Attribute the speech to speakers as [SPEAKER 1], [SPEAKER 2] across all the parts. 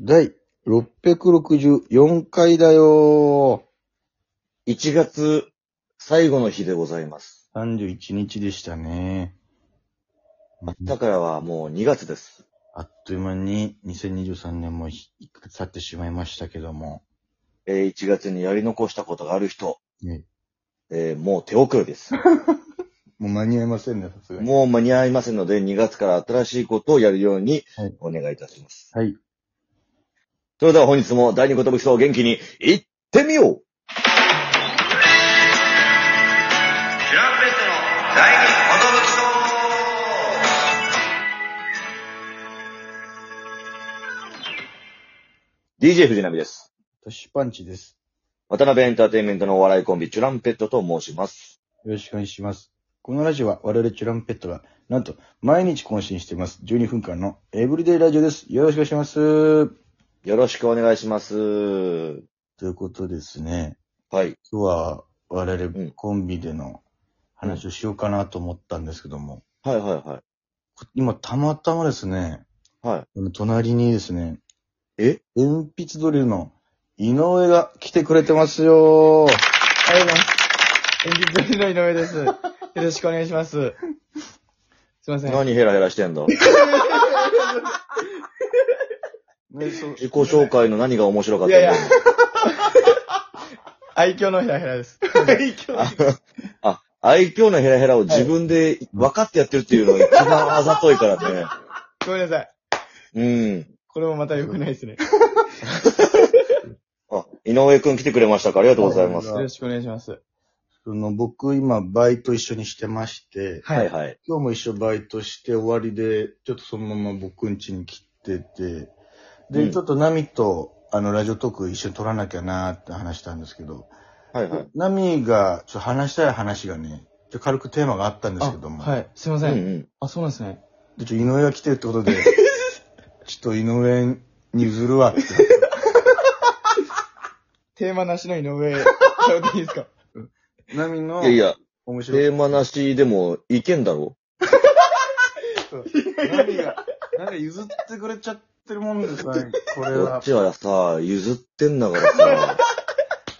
[SPEAKER 1] 第664回だよ
[SPEAKER 2] 1月最後の日でございます。
[SPEAKER 1] ー。31日でしたね。
[SPEAKER 2] 明日からはもう2月です。
[SPEAKER 1] あっという間に2023年もひ一ヶ月経ってしまいましたけども。
[SPEAKER 2] えー1月にやり残したことがある人、
[SPEAKER 1] ね
[SPEAKER 2] えーもう手遅れです。
[SPEAKER 1] もう間に合いませんね、さすがに。
[SPEAKER 2] もう間に合いませんので、2月から新しいことをやるように
[SPEAKER 1] はい
[SPEAKER 2] お願いいたします。
[SPEAKER 1] はい。
[SPEAKER 2] それでは本日も第二言武器を元気に行ってみよう
[SPEAKER 3] チュランペットの第二音吹き奏
[SPEAKER 2] ！DJ 藤波です。
[SPEAKER 1] トシパンチです。
[SPEAKER 2] 渡辺エンターテインメントのお笑いコンビ、チュランペットと申します。
[SPEAKER 1] よろしくお願いします。このラジオは我々チュランペットが、なんと毎日更新しています。12分間のエブリデイラジオです。よろしくお願いします。
[SPEAKER 2] よろしくお願いします。
[SPEAKER 1] ということですね。
[SPEAKER 2] はい。
[SPEAKER 1] 今日は我々
[SPEAKER 2] ん
[SPEAKER 1] コンビでの話をしようかなと思ったんですけども。
[SPEAKER 2] はいはいは
[SPEAKER 1] 今たまたまですね、
[SPEAKER 2] い。はい。
[SPEAKER 1] 隣にですね、
[SPEAKER 2] え
[SPEAKER 1] 鉛筆ドリルの井上が来てくれてますよ
[SPEAKER 4] ありがとうございます。演技ドリルの井上です。よろしくお願いします。すいません。
[SPEAKER 2] 何ヘラヘラしてんだ
[SPEAKER 1] ね、そう、
[SPEAKER 2] 自己紹介の何が面白かった
[SPEAKER 4] い
[SPEAKER 2] の
[SPEAKER 4] やいや愛嬌のヘラヘラです。愛嬌
[SPEAKER 2] あ、愛嬌のヘラヘラを自分で分かってやってるっていうのが一番あざといから ね。
[SPEAKER 4] ごめんなさい。
[SPEAKER 2] うん。
[SPEAKER 4] これもまた良くないですね。
[SPEAKER 2] あ、井上くん来てくれましたかありがとうございます。
[SPEAKER 1] あ
[SPEAKER 4] よろしくお願いします。
[SPEAKER 1] その僕今バイト一緒にしてまして、
[SPEAKER 2] はいはい。
[SPEAKER 1] 今日も一緒バイトして終わりで、ちょっとそのまま僕ん家に来てて、で、
[SPEAKER 2] うん
[SPEAKER 1] ちょっとナミと、あの、ラジオトーク一緒に撮らなきゃなーって話したんですけど、
[SPEAKER 2] はいはい。
[SPEAKER 1] ナミが、ちょっと話したい話がね、ちょっと軽くテーマがあったんですけども、
[SPEAKER 4] あはい。すいま
[SPEAKER 2] う
[SPEAKER 4] せ。
[SPEAKER 2] んうんん。
[SPEAKER 4] あ、そうなんですね。
[SPEAKER 1] で、ちょ、井上が来てるってこと で、ちょっと井上に譲るわって。
[SPEAKER 4] テーマなしの井上、ちゃうでいいですか
[SPEAKER 1] ナミの、
[SPEAKER 2] いやいや、
[SPEAKER 1] 面白い。
[SPEAKER 2] テーマなしでもいけんだろ
[SPEAKER 1] ナミが、なんか譲ってくれちゃってるもんですかね、これ
[SPEAKER 2] こ
[SPEAKER 1] は
[SPEAKER 2] っ。ちはさ、譲ってんだから さ。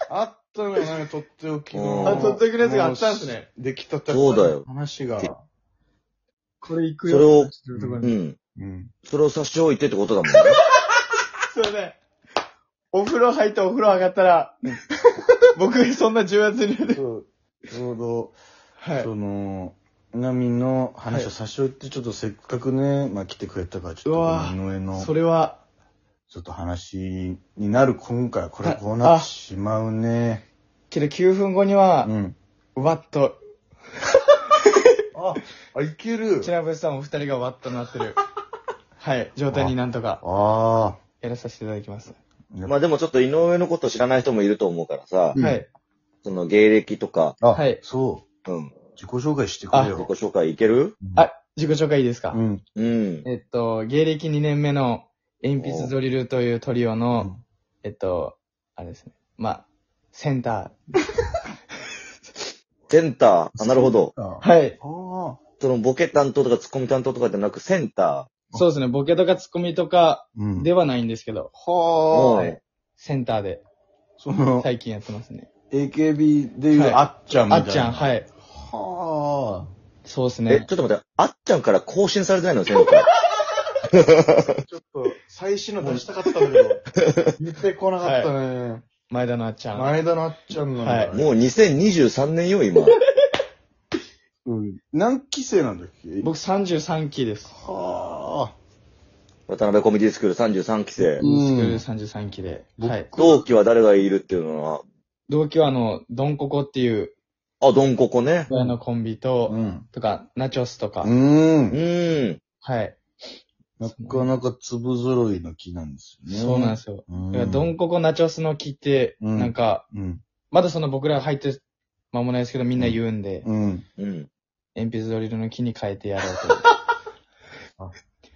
[SPEAKER 1] あったのよ、なんかとっておき
[SPEAKER 2] う
[SPEAKER 1] の。
[SPEAKER 2] んあとって
[SPEAKER 4] おきのやつがあったんすね。
[SPEAKER 1] できたた
[SPEAKER 2] そうだよ
[SPEAKER 1] 話が。
[SPEAKER 4] これ行く
[SPEAKER 2] それを
[SPEAKER 4] よ。それ
[SPEAKER 2] う
[SPEAKER 4] を。
[SPEAKER 2] ん。
[SPEAKER 1] うん。
[SPEAKER 2] それを差し置いてってことだもんね。
[SPEAKER 4] すいません。お風呂入ってお風呂上がったら、僕がそんな重圧に入れて。
[SPEAKER 1] そうちょうど、
[SPEAKER 4] はい。
[SPEAKER 1] その、ナミの話を差し置いて、ちょっとせっかくね、まあ来てくれたから、ちょ
[SPEAKER 4] う
[SPEAKER 1] っ
[SPEAKER 4] わ
[SPEAKER 1] と井
[SPEAKER 4] ぁ
[SPEAKER 1] 上の、
[SPEAKER 4] それは、
[SPEAKER 1] ちょっと話になる、今回はこれ
[SPEAKER 4] はい
[SPEAKER 1] こうなってしまうね。
[SPEAKER 4] けど9分後には
[SPEAKER 1] う、ん。
[SPEAKER 4] わっと
[SPEAKER 1] あ、あ、いける
[SPEAKER 4] ちなぶさんお二人がワッとなってる。はい、状態になんとか
[SPEAKER 1] あ
[SPEAKER 4] やらさせていただきます。
[SPEAKER 1] あ。
[SPEAKER 2] まあでもちょっと井上のこと知らない人もいると思うからさ、
[SPEAKER 1] うん
[SPEAKER 4] はい。
[SPEAKER 2] その芸歴とか、
[SPEAKER 1] あ、
[SPEAKER 4] はい
[SPEAKER 1] そう。
[SPEAKER 2] うん。
[SPEAKER 1] 自己紹介してくれ
[SPEAKER 2] 自己
[SPEAKER 1] よ。
[SPEAKER 2] 紹介いける
[SPEAKER 4] あ、自己紹介いいですか、
[SPEAKER 1] うん。
[SPEAKER 2] うん。
[SPEAKER 4] えっと、芸歴2年目の鉛筆ドリルというトリオ
[SPEAKER 1] う
[SPEAKER 4] の
[SPEAKER 1] ん、
[SPEAKER 4] えっと、あれですね。まあ、センタ
[SPEAKER 2] センター。あ、なるほど。
[SPEAKER 1] あ
[SPEAKER 4] ー。はい。
[SPEAKER 1] あ。
[SPEAKER 2] そのボケ担当とかツッコミ担当とかじゃなくセンタ
[SPEAKER 4] そうですね。ボケとかツッコミとか
[SPEAKER 1] うん。
[SPEAKER 4] ではないんですけど、
[SPEAKER 2] ー。
[SPEAKER 1] は
[SPEAKER 2] うん
[SPEAKER 4] センターで
[SPEAKER 1] その、
[SPEAKER 4] 最近やってますね。
[SPEAKER 1] AKB でいう
[SPEAKER 4] はい
[SPEAKER 1] あっちゃんみた
[SPEAKER 4] あ
[SPEAKER 1] いな。
[SPEAKER 4] っちゃん、
[SPEAKER 1] い。
[SPEAKER 4] はい。
[SPEAKER 1] は
[SPEAKER 4] そうです
[SPEAKER 2] え、
[SPEAKER 4] ね。
[SPEAKER 2] ちょっと待って、あっちゃんから更新されてないのセンター。
[SPEAKER 1] あ。ちょっと、最新の出したかったんだけど、言ってこなかったね。
[SPEAKER 4] 前田のあっちゃん。
[SPEAKER 1] 前田のあっちゃんなんだ、
[SPEAKER 4] は
[SPEAKER 1] も
[SPEAKER 2] もう2023年よ、今。
[SPEAKER 1] う、うん何期生なんだっけ
[SPEAKER 4] 僕33期です。
[SPEAKER 1] はあ。
[SPEAKER 2] 渡辺コミュニティスクール33期
[SPEAKER 1] う。
[SPEAKER 2] 生
[SPEAKER 1] ん
[SPEAKER 4] スクール33期で。はい。
[SPEAKER 2] 同期は誰がいるっていうのは、
[SPEAKER 4] 同期はあの、ドンココっていう
[SPEAKER 2] あ、ドンココね。
[SPEAKER 4] 親のコンビと、
[SPEAKER 1] うん。
[SPEAKER 4] とか、ナチョスとか、
[SPEAKER 1] うん
[SPEAKER 2] う。ーん。
[SPEAKER 4] はい。
[SPEAKER 1] なかなか粒揃いの木なんですよね。。
[SPEAKER 4] そうなんですすよ。
[SPEAKER 1] うん
[SPEAKER 4] だからドンココナチョスの木って、
[SPEAKER 1] うん
[SPEAKER 4] なんか、
[SPEAKER 1] うん。
[SPEAKER 4] まだその僕らが入って間もないですけど、みんな言うんで、
[SPEAKER 1] うん。
[SPEAKER 2] うん。
[SPEAKER 4] 鉛筆ドリルの木に変えてやろうと。は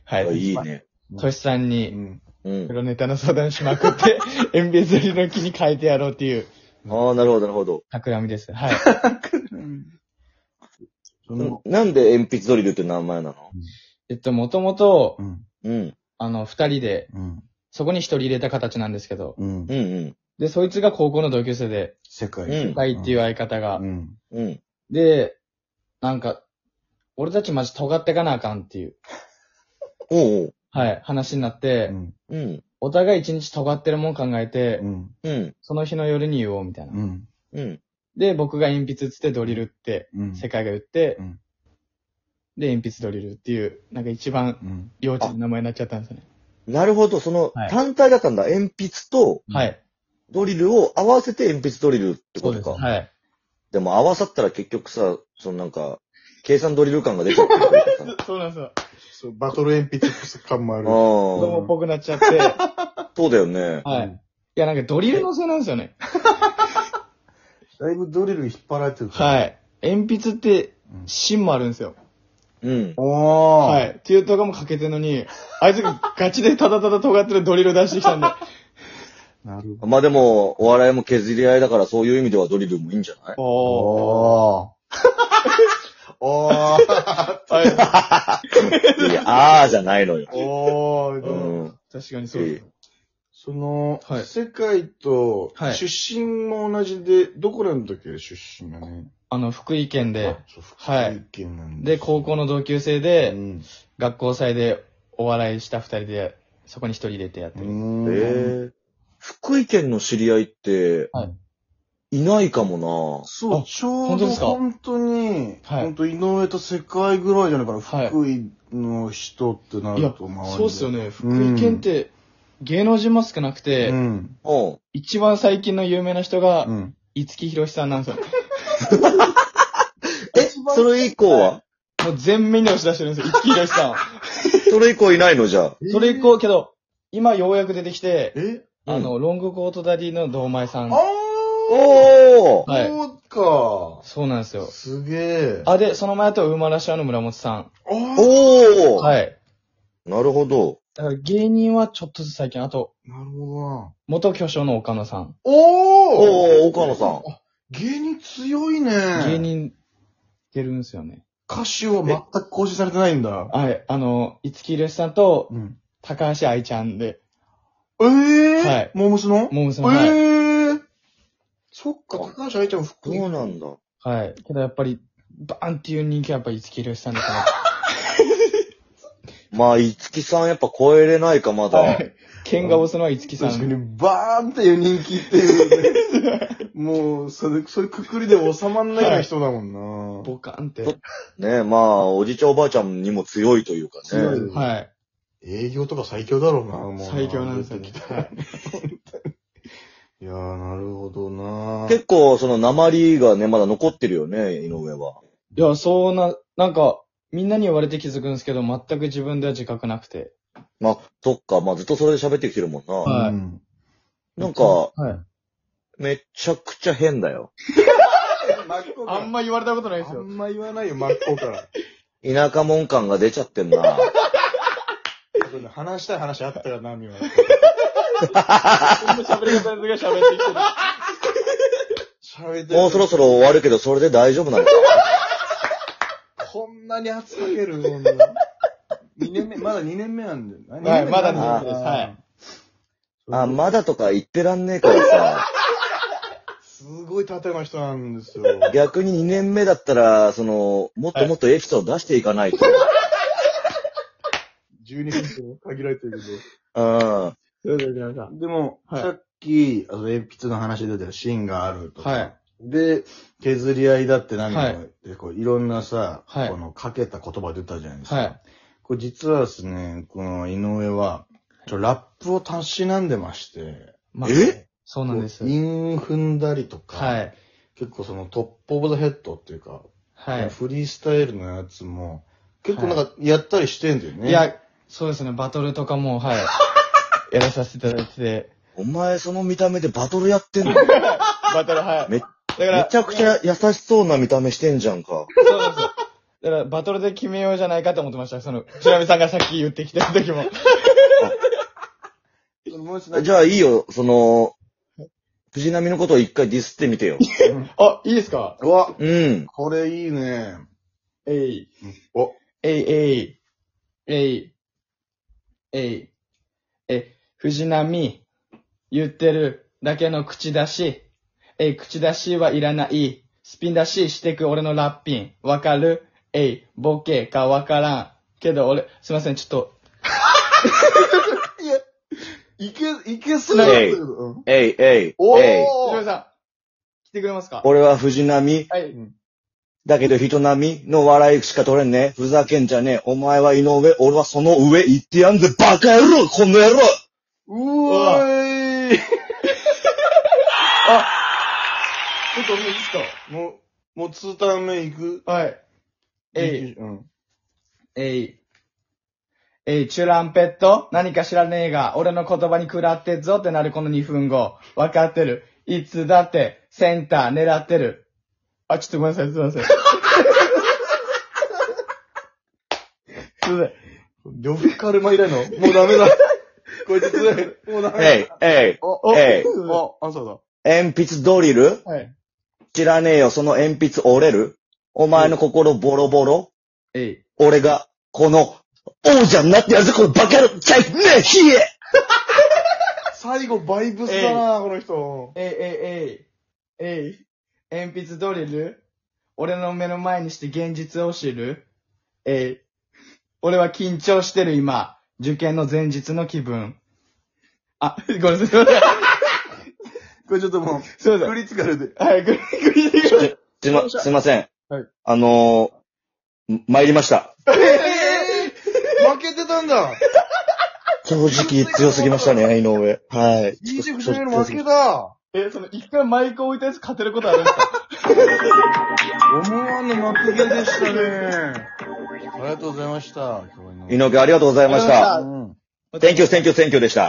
[SPEAKER 2] あ
[SPEAKER 4] い。
[SPEAKER 2] いいね。
[SPEAKER 4] トシさん
[SPEAKER 1] う
[SPEAKER 4] に、
[SPEAKER 1] ん。
[SPEAKER 2] うん。
[SPEAKER 4] 黒ネタの相談しまくって、鉛筆ドリルの木に変えてやろうっていう、
[SPEAKER 2] ああ、なるほど、なるほど。
[SPEAKER 4] 企みです。はい。
[SPEAKER 1] そ
[SPEAKER 2] うん
[SPEAKER 1] の、
[SPEAKER 2] なんで鉛筆ドリルって名前なの
[SPEAKER 4] えっと、もともと
[SPEAKER 1] う、ん。
[SPEAKER 2] うん。
[SPEAKER 4] あの、二人で、
[SPEAKER 1] うん。
[SPEAKER 4] そこに一人入れた形なんですけど。
[SPEAKER 1] うん。
[SPEAKER 2] うんうん。
[SPEAKER 4] で、そいつが高校の同級生で、
[SPEAKER 1] 世界。
[SPEAKER 2] うん
[SPEAKER 4] 深いっていう
[SPEAKER 1] う
[SPEAKER 4] 相方が。
[SPEAKER 1] ん。
[SPEAKER 2] うん。
[SPEAKER 4] で、なんか、俺たちマジ尖ってかなあかんっていう、
[SPEAKER 2] おう
[SPEAKER 4] はい、話になって、
[SPEAKER 1] うん。
[SPEAKER 2] おう。うん。
[SPEAKER 4] お互い一日尖ってるもん考えて、
[SPEAKER 1] うん。
[SPEAKER 2] うん。
[SPEAKER 4] その日の夜に言おうみたいな。
[SPEAKER 1] うん。
[SPEAKER 2] うん。
[SPEAKER 4] で、僕が鉛筆つってドリルって、
[SPEAKER 1] うん。
[SPEAKER 4] 世界が言って、
[SPEAKER 1] うん
[SPEAKER 4] で、鉛筆ドリルっていう、なんか一番
[SPEAKER 1] うん。
[SPEAKER 4] 幼稚な名前になっちゃったんですよね。
[SPEAKER 2] なるほど。その
[SPEAKER 4] はい
[SPEAKER 2] 単体だったんだ。鉛筆と
[SPEAKER 1] うん
[SPEAKER 4] はい。
[SPEAKER 2] ドリルを合わせて鉛筆ドリルって
[SPEAKER 4] そ
[SPEAKER 2] こ
[SPEAKER 4] う
[SPEAKER 2] と
[SPEAKER 4] です。
[SPEAKER 2] か。
[SPEAKER 4] はい。
[SPEAKER 2] でも合わさったら結局さ、そのなんか、計算ドリル感が出ちゃってるみたい な
[SPEAKER 4] そうなんですよ。
[SPEAKER 5] そうバトル鉛筆感もあ
[SPEAKER 2] あ
[SPEAKER 5] る。
[SPEAKER 4] 子供っ
[SPEAKER 2] ー
[SPEAKER 4] ぽくなっちゃって、
[SPEAKER 2] そうだよね。
[SPEAKER 4] はい。いや、なんかドリルのせいなんですよね。
[SPEAKER 1] だいぶドリルに引っ張られてるい。
[SPEAKER 4] はい。鉛筆って
[SPEAKER 1] うん、
[SPEAKER 4] 芯もあるんですよ。
[SPEAKER 2] うん。
[SPEAKER 1] おー。
[SPEAKER 4] はい。っていうとかも欠けてんのに、あいつがガチでただただ尖ってるドリル出してきたんで。あ
[SPEAKER 1] なる
[SPEAKER 2] まあでも、お笑いも削り合いだからそういう意味ではドリルもいいんじゃ ない
[SPEAKER 1] ほど。
[SPEAKER 4] おー。
[SPEAKER 1] おー。おー。
[SPEAKER 4] はい
[SPEAKER 2] や、あーじゃないのよ。
[SPEAKER 1] お
[SPEAKER 2] う
[SPEAKER 1] ー。
[SPEAKER 2] ん。
[SPEAKER 4] い。確かにそうです。
[SPEAKER 1] その、
[SPEAKER 4] はい
[SPEAKER 1] 世界と
[SPEAKER 4] はい、
[SPEAKER 1] 出身も同じで、どこなんだっけ出身がね。
[SPEAKER 4] あの、福井県で
[SPEAKER 1] あ、、そう福
[SPEAKER 4] はい
[SPEAKER 1] 井県なん
[SPEAKER 4] で、
[SPEAKER 1] です
[SPEAKER 4] 高校の同級生
[SPEAKER 1] う
[SPEAKER 4] で、
[SPEAKER 1] ん。
[SPEAKER 4] 学校祭でお笑いした二人で、そこに一人入れてやって
[SPEAKER 1] う
[SPEAKER 4] る。
[SPEAKER 1] ん。
[SPEAKER 2] えー、福井県の知り合いって
[SPEAKER 4] はい、
[SPEAKER 2] いないかも
[SPEAKER 1] そ
[SPEAKER 4] あ
[SPEAKER 1] う、ちょ
[SPEAKER 4] 本
[SPEAKER 1] う
[SPEAKER 4] 当
[SPEAKER 1] ど
[SPEAKER 4] ですか
[SPEAKER 1] 本当に、
[SPEAKER 4] はい
[SPEAKER 1] 本当井上と世界ぐらいじゃないかな、
[SPEAKER 4] はい
[SPEAKER 1] 福井の人ってないる
[SPEAKER 4] や
[SPEAKER 1] と、周り
[SPEAKER 4] そうっすよ
[SPEAKER 1] ね。
[SPEAKER 4] ね。福井県って、芸能人も少なくて、
[SPEAKER 1] うん。
[SPEAKER 2] な。うん。
[SPEAKER 4] 一番最近の有名な人が
[SPEAKER 1] う、ん。
[SPEAKER 4] 五木ひろしさんなんですよ。
[SPEAKER 2] え、それ以降は
[SPEAKER 4] もう全面に押し出してる んですよ、五木ひろしさんを。
[SPEAKER 2] それ以降いないのじゃあ。
[SPEAKER 4] それ以降、けど、今ようやく出てきて、
[SPEAKER 1] え
[SPEAKER 4] あの、ロングコートダディの堂前さん。
[SPEAKER 1] あ
[SPEAKER 2] おー
[SPEAKER 1] ー、
[SPEAKER 4] はい
[SPEAKER 1] そう
[SPEAKER 4] そうなんです
[SPEAKER 1] か。
[SPEAKER 4] よ。
[SPEAKER 1] すげえ。
[SPEAKER 4] あ、で、その前だと、ウーマラシアの村本さん。
[SPEAKER 1] あー
[SPEAKER 2] おー、
[SPEAKER 4] はい。
[SPEAKER 2] なるほど。
[SPEAKER 4] だから芸人はちょっとずつ最近、あと、
[SPEAKER 1] なるほどな。
[SPEAKER 4] 元巨匠の岡野さん。
[SPEAKER 1] おー
[SPEAKER 2] おー、岡野さん。
[SPEAKER 1] 芸人強いね。
[SPEAKER 4] 芸人、出るんですよね。
[SPEAKER 1] 歌手は全く更新されてないんだ。
[SPEAKER 4] はい。あの、五木ひろしさんと、
[SPEAKER 1] うん。
[SPEAKER 4] 高橋愛ちゃんで、
[SPEAKER 1] ええー、
[SPEAKER 4] はい
[SPEAKER 1] モームスの
[SPEAKER 4] モームスの、はい。
[SPEAKER 1] ええー、そっか、高橋愛ちゃんも
[SPEAKER 2] そ
[SPEAKER 1] 福井
[SPEAKER 2] うなんだ。
[SPEAKER 4] はい。けどやっぱり、バーンっていう人気はやっぱ五木ひろしさんだかな。
[SPEAKER 2] まあ、いつきさんやっぱ超えれないか、まだ。
[SPEAKER 4] 剣が押すのは五木さ
[SPEAKER 1] 確か
[SPEAKER 4] ん。
[SPEAKER 1] に、バーンっていう人気っていうね、もう、それ、そういうくくりで収まんないような人だもんな。
[SPEAKER 4] ボカンって。
[SPEAKER 2] そねまあ、おじいちゃんおばあちゃんにも強いというかね。
[SPEAKER 1] 強いです
[SPEAKER 4] はい。
[SPEAKER 1] 営業とか最強だろうな、もう。
[SPEAKER 4] 最強なんですよね。はい
[SPEAKER 1] いやー、なるほどな。
[SPEAKER 2] 結構、その、鉛がね、まだ残ってるよね、井上は。
[SPEAKER 4] いや、そうな、なんか、みんなに言われて気づくんですけど、全く自分では自覚なくて。
[SPEAKER 2] まあ、そっか、まあ、ずっとそれで喋ってきてるもんな。
[SPEAKER 4] は
[SPEAKER 1] う
[SPEAKER 4] い
[SPEAKER 1] ん。
[SPEAKER 2] なんか、
[SPEAKER 4] はい。
[SPEAKER 2] めちゃくちゃ変だよ。
[SPEAKER 4] あんま言われたことないです
[SPEAKER 1] あ
[SPEAKER 4] よ。
[SPEAKER 1] んま言わないよ、真っ向 から。
[SPEAKER 2] 田舎門感が出ちゃってんな。
[SPEAKER 1] 話したい話あったからな、みは。
[SPEAKER 4] こんな喋り方ですが喋ってきてる。
[SPEAKER 1] 喋ってる
[SPEAKER 2] もうそろそろ終わるけど、それで大丈夫なのか。
[SPEAKER 1] こんなに圧かけるそんな。二年目、まだ2年目なんだよな。
[SPEAKER 4] はい
[SPEAKER 1] 二年目
[SPEAKER 4] まだ
[SPEAKER 1] なんよ
[SPEAKER 4] 二年目ですはい。
[SPEAKER 2] あ、まだとか言ってらんねえからさ。
[SPEAKER 1] すごい縦の人なんですよ。
[SPEAKER 2] 逆に2年目だったら、その、もっともっとエピソード出していかないと。
[SPEAKER 1] 12分っても限られてるけど。
[SPEAKER 2] うん。
[SPEAKER 4] そうです皆さん。
[SPEAKER 1] でも、
[SPEAKER 4] はい
[SPEAKER 1] さっき、あの、鉛筆の話で出た芯があるとか。
[SPEAKER 4] はい
[SPEAKER 1] で、削り合いだって何だろう
[SPEAKER 4] は
[SPEAKER 1] で、こう、いろんなさ、
[SPEAKER 4] はい
[SPEAKER 1] この、かけた言葉出たじゃないですか。
[SPEAKER 4] はい。
[SPEAKER 1] これ実はですね、この、井上は、ちょラップをたしなんでまして、
[SPEAKER 4] ま
[SPEAKER 2] え
[SPEAKER 4] そうなんです。
[SPEAKER 1] 韻踏んだりとか、
[SPEAKER 4] はい。
[SPEAKER 1] 結構その、トップオブザヘッドっていうか、
[SPEAKER 4] はい。
[SPEAKER 1] フリースタイルのやつも、結構なんか、やったりしてんだよね。
[SPEAKER 4] いや、そうですね、バトルとかも、 はい。やらさせていただいてて。
[SPEAKER 2] お前その見た目でバトルやってんの
[SPEAKER 4] バトル、はい。
[SPEAKER 2] め
[SPEAKER 4] だから、
[SPEAKER 2] めちゃくちゃ優しそうな見た目してんじゃんか。
[SPEAKER 4] そうなんですよ。だから、バトルで決めようじゃないかと思ってました。その、ちなみさんがさっき言ってきた時も。
[SPEAKER 1] もう一度
[SPEAKER 2] じゃあいいよ、その、藤波のことを一回ディスってみ てよ。
[SPEAKER 4] あ、いいですか
[SPEAKER 1] うわ、
[SPEAKER 2] うん。
[SPEAKER 1] これいいね。
[SPEAKER 4] えい。
[SPEAKER 1] お、
[SPEAKER 4] えいえい。えい。えい。え、藤波、言ってるだけの口出し、えい、口出しはいらない、スピン出ししてく俺のラッピン、わかるえい、ボケかわからん。けど俺、すいません、ちょっと、
[SPEAKER 5] いけ、いけそうだけどうん
[SPEAKER 2] えい、えい、
[SPEAKER 5] お
[SPEAKER 2] えい。
[SPEAKER 4] 藤
[SPEAKER 5] ー
[SPEAKER 4] 波さん、来てくれますか
[SPEAKER 2] 俺は藤波、
[SPEAKER 4] はい。
[SPEAKER 2] だけど人並みの笑いしか取れんね。ふざけんじゃねえ。お前は井上、俺はその上行ってやんぜ。バカ野郎この野郎
[SPEAKER 5] うおーい
[SPEAKER 4] ちょっとお願いですか
[SPEAKER 1] もう、もう2ターン目行く。
[SPEAKER 4] はい。えい、
[SPEAKER 1] うん。
[SPEAKER 4] えい。えい、チュランペット何か知らねえが、俺の言葉に食らってっぞってなるこの2分後。わかってる。いつだって、センター狙ってる。あ、ちょっとごめんなさい、すい ません。すいません。
[SPEAKER 1] 呂布カルマ以来のもうダメだ。こいつ強い。もうダメだ。
[SPEAKER 2] えい、え
[SPEAKER 1] お、
[SPEAKER 2] い、えい。
[SPEAKER 1] あ、あ、そうだ。
[SPEAKER 2] 鉛筆ドリル
[SPEAKER 4] はい。
[SPEAKER 2] 知らねえよ、その鉛筆折れるお前の心ボロボロ
[SPEAKER 4] えい。
[SPEAKER 2] 俺が、この、王者になってやるぜ、このバカ野郎チャイねえ、ひえ
[SPEAKER 1] 最後、バイブスだな、この人。
[SPEAKER 4] えい、えい、えい。えい。鉛筆ドリル俺の目の前にして現実を知るえい。俺は緊張してる今。受験の前日の気分。あ、ごめんなさい、すいません。
[SPEAKER 1] これちょっともう、
[SPEAKER 4] すいません
[SPEAKER 1] ク。リティカルで。
[SPEAKER 4] はい、グリグリグリグリ。
[SPEAKER 2] すいま、すいません。
[SPEAKER 1] はい
[SPEAKER 2] あのー、参りました。
[SPEAKER 1] 負けてたんだ
[SPEAKER 2] 正直強すぎましたね、井上。はい。
[SPEAKER 1] !DJ
[SPEAKER 2] ち
[SPEAKER 1] 藤
[SPEAKER 2] ょっと
[SPEAKER 1] 波負けだ
[SPEAKER 4] え、その、一回マイク置いたやつ勝てることあるんですか
[SPEAKER 1] 思わぬ負けでしたね。 ありがとうございました。今日の
[SPEAKER 2] 井上ありがとうございました。
[SPEAKER 1] うん
[SPEAKER 2] Thank you, thank you, thank you でした。